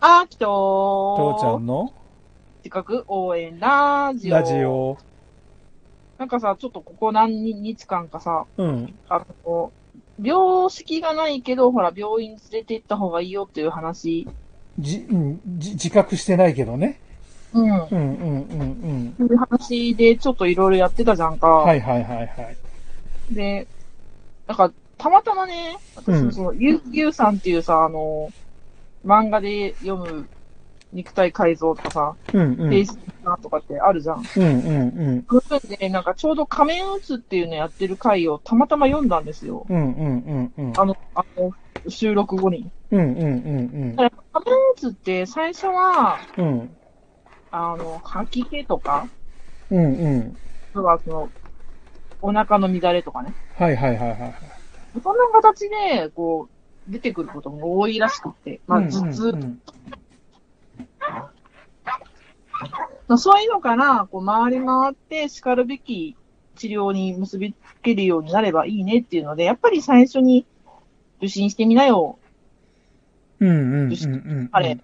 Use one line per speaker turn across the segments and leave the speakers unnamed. あきと
父ちゃ
と
んの
近く応援ラジオ。
ラジ。オ。
なんかさ、ちょっとここ何日間かさ、
うん。
あの、病識がないけど、ほら、病院連れて行った方がいいよっていう話。
じ、うん、じ自覚してないけどね。
うん。
うんうんうん
そういう話で、ちょっといろいろやってたじゃんか。
うん。はいはいはいはい。
で、なんか、たまたまね、
う
私、
ん
その、ゆうゆうさんっていうさ、あの、漫画で読む肉体改造とかさ、
うんうん。う
フ
ん
ェイスナーとかってあるじゃん。
うんうん。
そういうので、なんかちょうど仮面打つっていうのやってる回をたまたま読んだんですよ。
うんうんうんうん。
あの、あの、収録後に。
うんうんうん
だから仮面打つって最初は、
うん。うん
あの、吐き気とか、
うんうん。
あとはその、お腹の乱れとかね。
はいはいはいはい。
そんな形で、こう、出てくることも多いらしくって。まあ、
うん
頭痛
うんうん
そういうのから、こう、回り回って、叱るべき治療に結びつけるようになればいいねっていうので、やっぱり最初に受診してみなよ
うんうんうんうん。
あれ。っ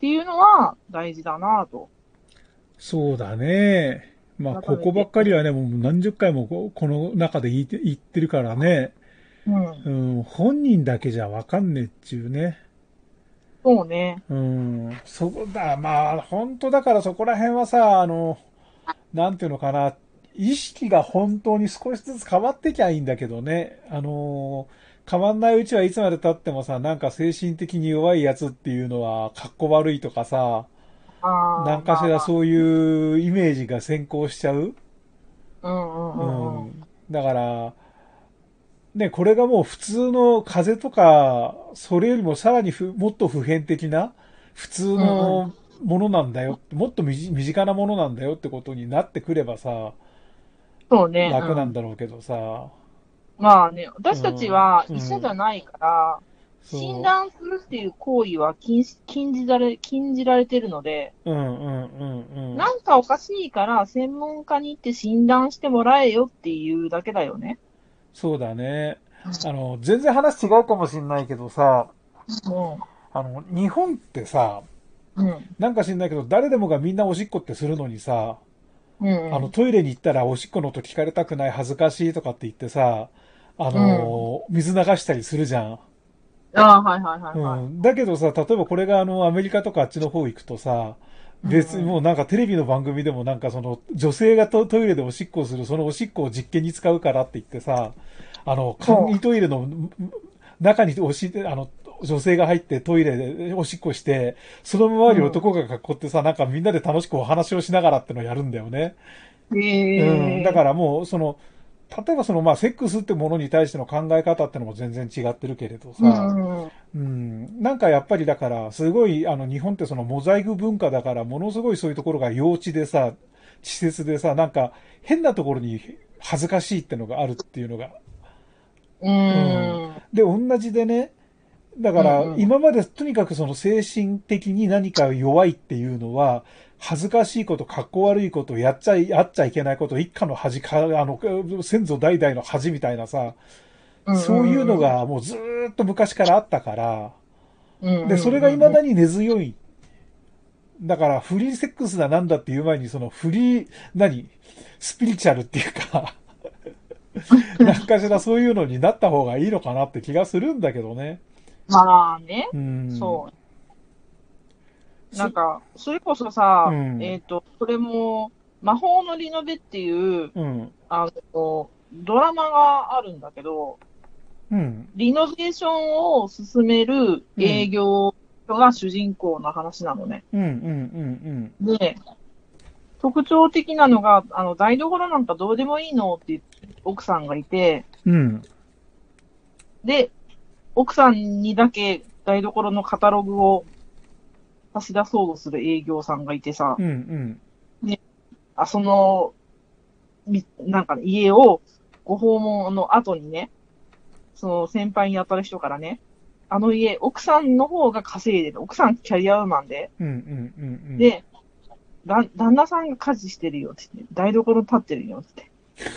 ていうのは大事だなぁと。
そうだね。まあ、ここばっかりはね、もう何十回もここの中で言って言ってるからね。
うん。
うん、本人だけじゃわかんねえっちゅうね。
そうね。
うん、そこだ、まあ、本当だからそこら辺はさ、あの、なんていうのかな、意識が本当に少しずつ変わってきゃいいんだけどね、あの、変わんないうちはいつまで経ってもさ、なんか精神的に弱いやつっていうのは、かっこ悪いとかさ、
あ
なんかしら
う。
そういうイメージが先行しちゃう。
うんうんうん。うん、
だから、ね、これがもう普通の風邪とか、それよりもさらにふもっと普遍的な、普通のものなんだよ、もっと身近身近なものなんだよってことになってくればさ、
そうね。
楽なん
だ。
だろうけどさ、
まあね、私たちは医者じゃないから、
そう
診断するっていう行為は禁止禁じられ、禁じられてるので、
うんうんうんうん。
なんかおかしいから専門家に行って診断してもらえよっていうだけだよね。
そうだね
うん。
あの、全然話違うかもしんないけどさ、
う
あの、日本ってさ、
ん。うん。
なんか知んないけど、誰でもがみんなおしっこってするのにさ、
うん。
あの、トイレに行ったらおしっこの音聞かれたくない、恥ずかしいとかって言ってさ、あのー、水流したりするじゃん。
ああ、はいはいはい、はい
うん。だけどさ、例えばこれがあの、アメリカとかあっちの方行くとさ、別に
うん
もうなんかテレビの番組でもなんかその、女性がト、トイレでおしっこをする、そのおしっこを実験に使うからって言ってさ、あの、簡易トイレの中におし、あの、女性が入ってトイレでおしっこして、その周りを男が囲ってさ、なんかみんなで楽しくお話をしながらってのをやるんだよね。
へ
う
え、
ん、だかららもう、その、例えばその、まあ、セックスってものに対しての考え方ってのも全然違ってるけれど
う
さ、
んうん
うん、なんかやっぱりだから、すごい、あの、日本ってそのモザイク文化だから、ものすごいそういうところが幼稚でさ、稚拙でさ、なんか変なところに恥ずかしいってのがあるっていうのが。
うん。
で、同じでね、だから
うんう、ん
今までとにかくその精神的に何か弱いっていうのは、恥ずかしいこと、格好悪いこと、やっちゃい、やっちゃいけないこと、一家の恥か、あの、先祖代々の恥みたいなさ、
うん
そういうの、がもうずーっと昔からあったから、
うんうんうん
で、それが未だに根強い。だから、フリーセックスだなんだっていう前に、そのフリー、何スピリチュアルっていう か、なんかしらそういうのになった方がいいのかなって気がするんだけどね。
まあね、
うん。
そう。
そ
なんか、それこそさ、
うん
えっ、と、それも、魔法のリノベっていう、
うん。
あの、ドラマがあるんだけど、
うん。
リノベーションを進める営業が主人公の話なのね。
うん。うん。うん。
で、特徴的なのが、あの、台所なんかどうでもいいのっていう奥さんがいて、
うん。うん。
で、奥さんにだけ台所のカタログを差し出そうとする営業さんがいてさ、
うん。うん。
あその、みなんかね、家をご訪問の後にね、その先輩に当たる人からね、あの家、奥さんの方が稼いでる。奥さんキャリアウーマンで、
うん。うん。うん。
で、だ旦那さんが家事してるよって言って、台所に立ってるよって言って。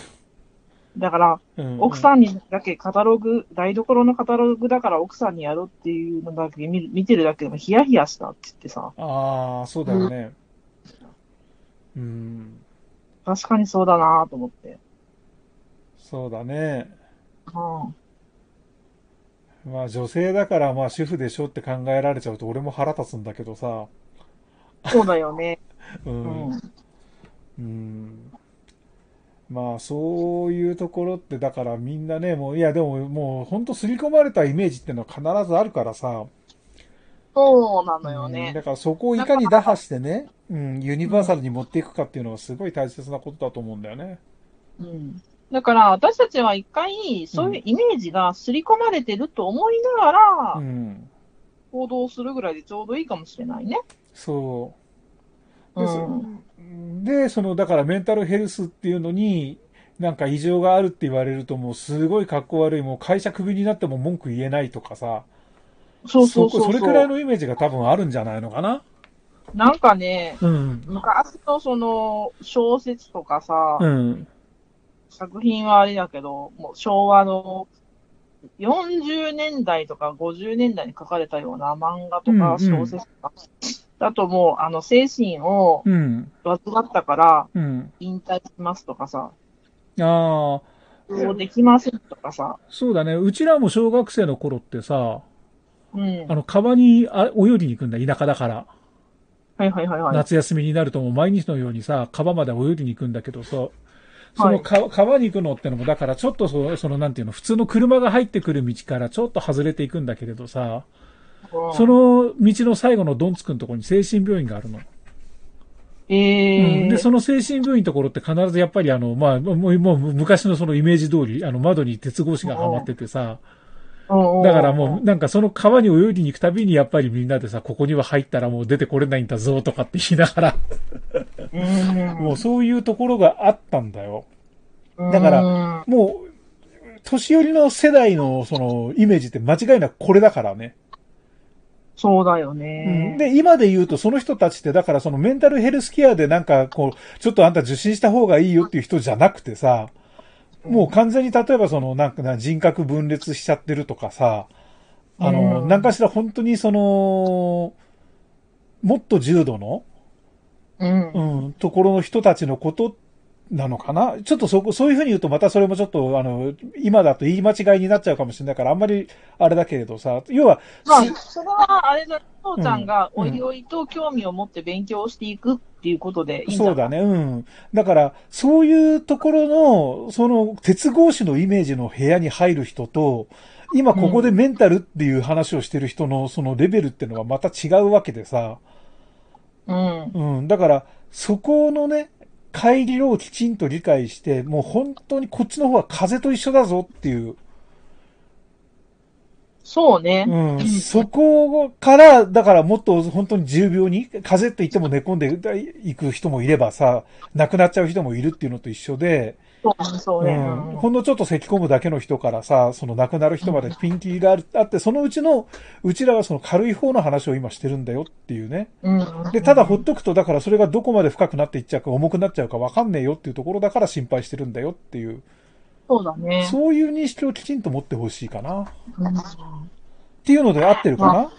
だから、
うん
奥さんにだけカタログ、台所のカタログだから奥さんにやろうっていうのだけ見る見てるだけでもヒヤヒヤしたって言ってさ、
ああ、そうだよね。うん、
確かにそうだなと思って。
そうだね。
うん。
まあ女性だからまあ主婦でしょって考えられちゃうと俺も腹立つんだけどさ。
そうだよね。
う。
うんん。
うん。まあそういうところってだからみんなね、もういやでももうほんと刷り込まれたイメージってのは必ずあるからさ。
そうなのよ
うん
ね。
だからそこをいかに打破してね、うん、ユニバーサルに持っていくかっていうのはすごい大切なことだと思うんだよね。
うん。だから私たちは一回、そういうイメージが刷り込まれてると思いなが
う
ら、
ん。
行動するぐらいでちょうどいいかもしれないね。
そう。
う
で、そ
ん。
でその、だからメンタルヘルスっていうのに、なんか異常があるって言われるともうすごい格好悪い、もう会社クビになっても文句言えないとかさ、
そうそうそう
こ
そう。
れくらいのイメージが多分あるんじゃないのかな。
なんかね、
うん。
昔のその小説とかさ、
うん。
作品はあれだけど、もう昭和の40年代とか50年代に書かれたような漫画とか
うんうん
小説とか、だともう、あの、精神を
うん。
患ったから
うん。
引退しますとかさ、
ああ、
そうできませんとかさ、
そうだね。うちらも小学生の頃ってさ、
うん。
あ
はい
の、川にあ泳ぎに行くんだ、田舎だから。
はいはいはい。
夏休みになるともう毎日のようにさ、川まで泳ぎに行くんだけどさ、そ
は
の
い
川川に行くのってのも、だからちょっとその、そのなんていうの、普通の車が入ってくる道からちょっと外れていくんだけれどさ、
うん
その道の最後のドンツくんところに精神病院があるの。
え
うん
ー、
で、その精神病院のところって必ずやっぱりあの、まあ、もう、もう昔のそのイメージ通り、あの窓に鉄格子がはまっててさ、
うん
だからもうなんかその川に泳ぎに行くたびにやっぱりみんなでさ、ここには入ったらもう出てこれないんだぞとかって言いながら、
うん、うん
もうそういうところがあったんだよ。だから
ら、
もう、年寄りの世代のそのイメージって間違いなくこれだからね。
そうだよね。
で、今で言うとその人たちってだからそのメンタルヘルスケアでなんかこう、ちょっとあんた受診した方がいいよっていう人じゃなくてさ、もう完全に例えばそのなんかな人格分裂しちゃってるとかさ、あの、
うん
なんかしら本当にその、もっと重度の、
うん、
うん、ところの人たちのことなのかなちょっとそこ、そういうふうに言うとまたそれもちょっと、あの、今だと言い間違いになっちゃうかもしれないから、あんまりあれだけれどさ、要は、
まあ
し、
それは、あれだ、父ちゃんが、おいおいと興味を持って勉強していくっていうことでいいんじ
そ
ゃ
う
ない
だね、うん。だから、そういうところの、その、鉄格子のイメージの部屋に入る人と、今ここでメンタルっていう話をしてる人の、そのレベルっていうのはまた違うわけでさ、
うん。
うん、だから、そこのね、乖離をきちんと理解して、もう本当にこっちの方は風と一緒だぞっていう、
そうね。
うん、そこから、だからもっと本当に重病に、風邪って言っても寝込んでいく人もいればさ、亡くなっちゃう人もいるっていうのと一緒で、
そうね、そうね。
うん、ほんのちょっと咳込むだけの人からさ、その亡くなる人までピンキリがあるあって、そのうちの、うちらはその軽い方の話を今してるんだよっていうね。
うん。
で、ただほっとくと、だからそれがどこまで深くなっていっちゃうか、重くなっちゃうか分かんねえよっていうところだから心配してるんだよっていう、
そうだね。
そういう認識をきちんと持ってほしいかな。っ
うん
ていうので合ってるか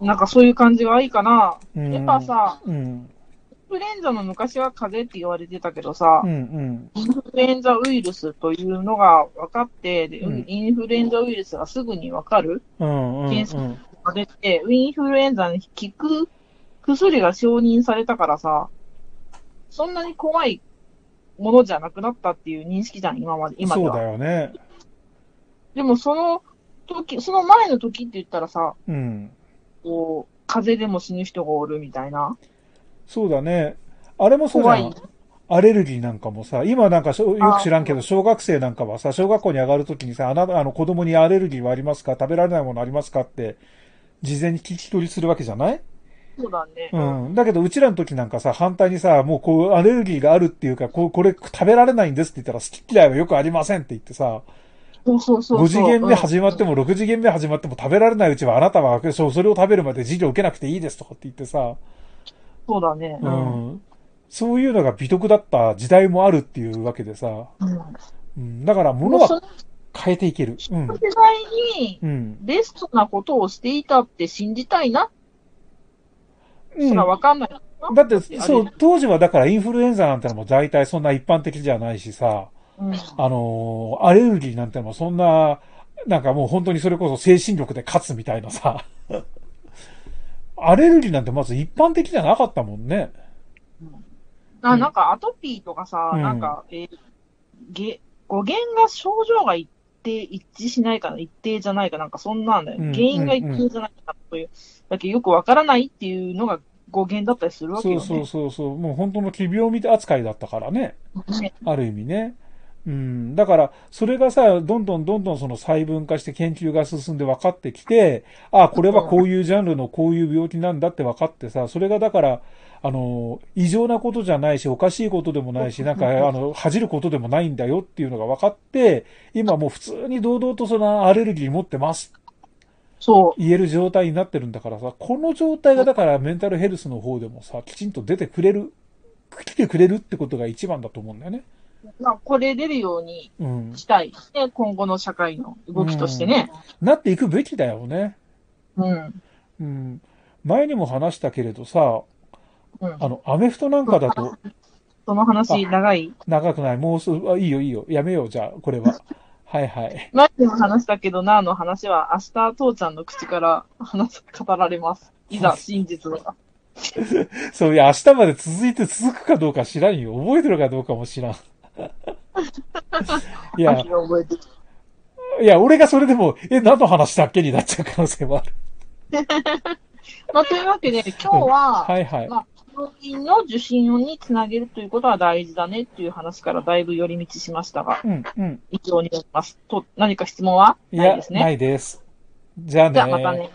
なんかそういう感じがいいかな。
なうん。
やっぱさ、
うん。
インフルエンザの昔は風邪って言われてたけどさ
うん、うん。
インフルエンザウイルスというのが分かって、で
うん
インフルエンザウイルスがすぐに分かる
うんうんうん。
検査が出て、インフルエンザに効く薬が承認されたからさ、そんなに怖いものじゃなくなったっていう認識じゃん、今まで。今で
そう
は
だよね。
でもその時、その前の時って言ったらさ、
うん。
こう、風邪でも死ぬ人がおるみたいな。
そうだね。あれもそうじゃ
怖い。
ん。アレルギーなんかもさ、今なんかしょよく知らんけど、小学生なんかはさ、小学校に上がるときにさ、あなあの子供にアレルギーはありますか食べられないものありますかって、事前に聞き取りするわけじゃない
そうだね。
うん。だけど、うちらの時なんかさ、反対にさ、もうこう、アレルギーがあるっていうか、こう、これ食べられないんですって言ったら、好き嫌いはよくありませんって言ってさ、
そうそうそうそう。
5次元目始まっても6次元目始まっても食べられないうちはあなたはそうそれを食べるまで授業受けなくていいですとかって言ってさ、
うんそうだね。
うん。そういうのが美徳だった時代もあるっていうわけでさ、
うん。
うん、だから
も
物
うそ
は
の
変えていける。うん。
世代に
うん。
ベストなことをしていたって信じたいな、
うん
そらわかんない。
だって、そう、当時はだからインフルエンザなんてのも大体そんな一般的じゃないしさ、
うん。
あのーアレルギーなんてのもそんな、なんかもう本当にそれこそ精神力で勝つみたいなさ、 アレルギーなんてまず一般的じゃなかったもんね。
ななんかアトピーとかさ、
うん
なんか、えーげ語源が症状が一定、一致しないかな、一定じゃないかなんかそんなんだよ。
うん
原因が一定じゃないかなという、だけどよくわからないっていうのが語源だったりするわけ
そ
よ
う
ね。
そうそうそう、もう本当の奇病みたい扱いだったからね。
ね
ある意味ね。うん、だから、それがさ、どんどんどんどんその細分化して研究が進んで分かってきて、ああ、これはこういうジャンルのこういう病気なんだって分かってさ、それがだから、あの、異常なことじゃないし、おかしいことでもないし、なんか、あの、恥じることでもないんだよっていうのが分かって、今もう普通に堂々とそのアレルギー持ってます
そう。
言える状態になってるんだからさ、この状態がだからメンタルヘルスの方でもさ、きちんと出てくれる、来てくれるってことが一番だと思うんだよね。
まあ、これ出るように
うん。
したい、ね。今後の社会の動きとしてね。
なっていくべきだよね。
うん。
うん。前にも話したけれどさ、
うん。
あの、アメフトなんかだと
その話、長い。
長くない。もうすぐ、あ、いいよいいよ。やめよう、じゃあ、これは。 はいはい。
前にも話したけどなーの話は、明日、父ちゃんの口から話す、語られます。いざ、真実が。
そういや、明日まで続いて続くかどうか知らんよ。覚えてるかどうかも知らん。 いや
秋、が覚えてる
いや、俺がそれでも、え、何の話だっけになっちゃう可能性もある。
まあ、というわけで、今日は、
はいはい。
病院の受診につなげるということは大事だねっていう話からだいぶ寄り道しましたが、
うん、うん。
以上になります。と、何か質問はいない
や
で、すね。
ないです。じゃあね。
じゃあまたね。